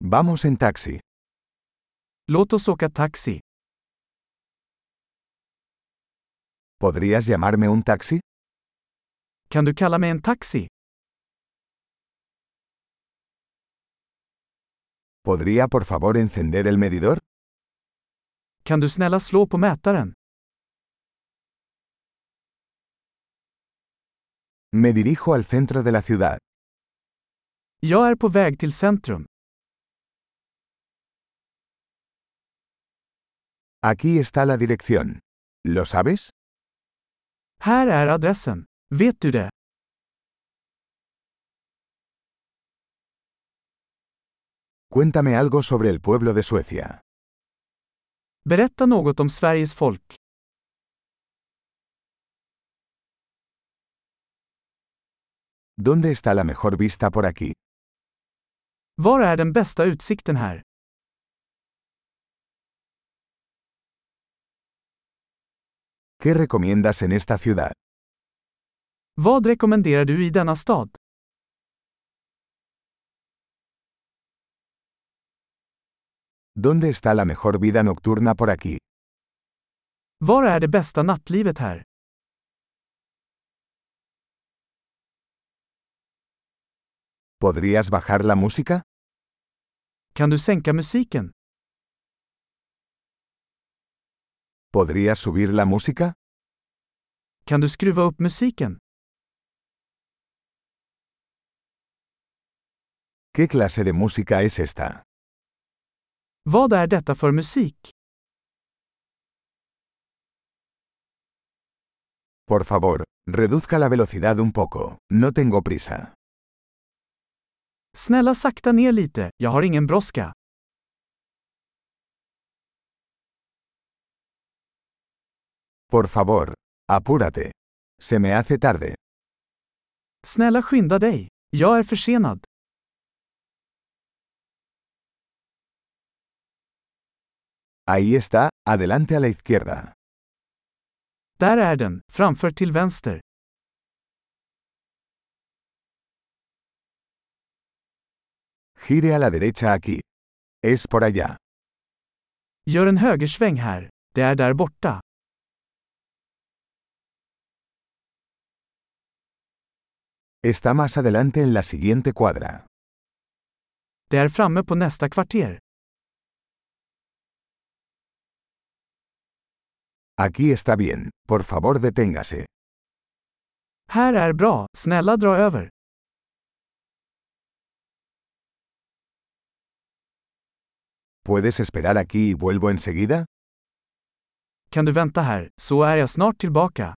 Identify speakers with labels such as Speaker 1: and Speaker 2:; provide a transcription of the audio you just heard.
Speaker 1: Vamos en taxi.
Speaker 2: Låt oss åka taxi.
Speaker 1: ¿Podrías llamarme un taxi?
Speaker 2: Kan du kalla mig en taxi?
Speaker 1: ¿Podría por favor encender el medidor?
Speaker 2: Kan du snälla slå på mätaren?
Speaker 1: Me dirijo al centro de la ciudad.
Speaker 2: Jag är på väg till centrum.
Speaker 1: Aquí está la dirección. ¿Lo sabes?
Speaker 2: Här är adressen. Vet du det?
Speaker 1: Cuéntame algo sobre el pueblo de Suecia.
Speaker 2: Berätta något om Sveriges folk.
Speaker 1: ¿Dónde está la mejor vista por aquí?
Speaker 2: Var är den bästa utsikten här?
Speaker 1: ¿Qué recomiendas en esta ciudad?
Speaker 2: Vad rekommenderar du i denna stad?
Speaker 1: ¿Dónde está la mejor vida nocturna por aquí?
Speaker 2: Var är det bästa nattlivet här?
Speaker 1: ¿Podrías bajar la música?
Speaker 2: Kan du sänka musiken?
Speaker 1: ¿Podrías subir la música?
Speaker 2: Kan du skruva upp musiken?
Speaker 1: ¿Qué clase de música es esta?
Speaker 2: Vad är detta för musik?
Speaker 1: Por favor, reduzca la velocidad un poco. No tengo prisa.
Speaker 2: Snälla sakta ner lite, jag har ingen brådska.
Speaker 1: Por favor, apúrate. Se me hace tarde.
Speaker 2: Snälla skynda dig, jag är försenad.
Speaker 1: Ahí está, adelante a la izquierda.
Speaker 2: Där är den, framför till vänster.
Speaker 1: Gire a la derecha aquí. Es por allá.
Speaker 2: Gör en högersväng här. Det är där borta.
Speaker 1: Está más adelante en la siguiente cuadra.
Speaker 2: Det är framme på nästa kvarter.
Speaker 1: Aquí está bien, por favor deténgase.
Speaker 2: Här är bra, snälla dra över.
Speaker 1: ¿Puedes esperar aquí y vuelvo enseguida?
Speaker 2: Kan du vänta här, så är jag snart tillbaka.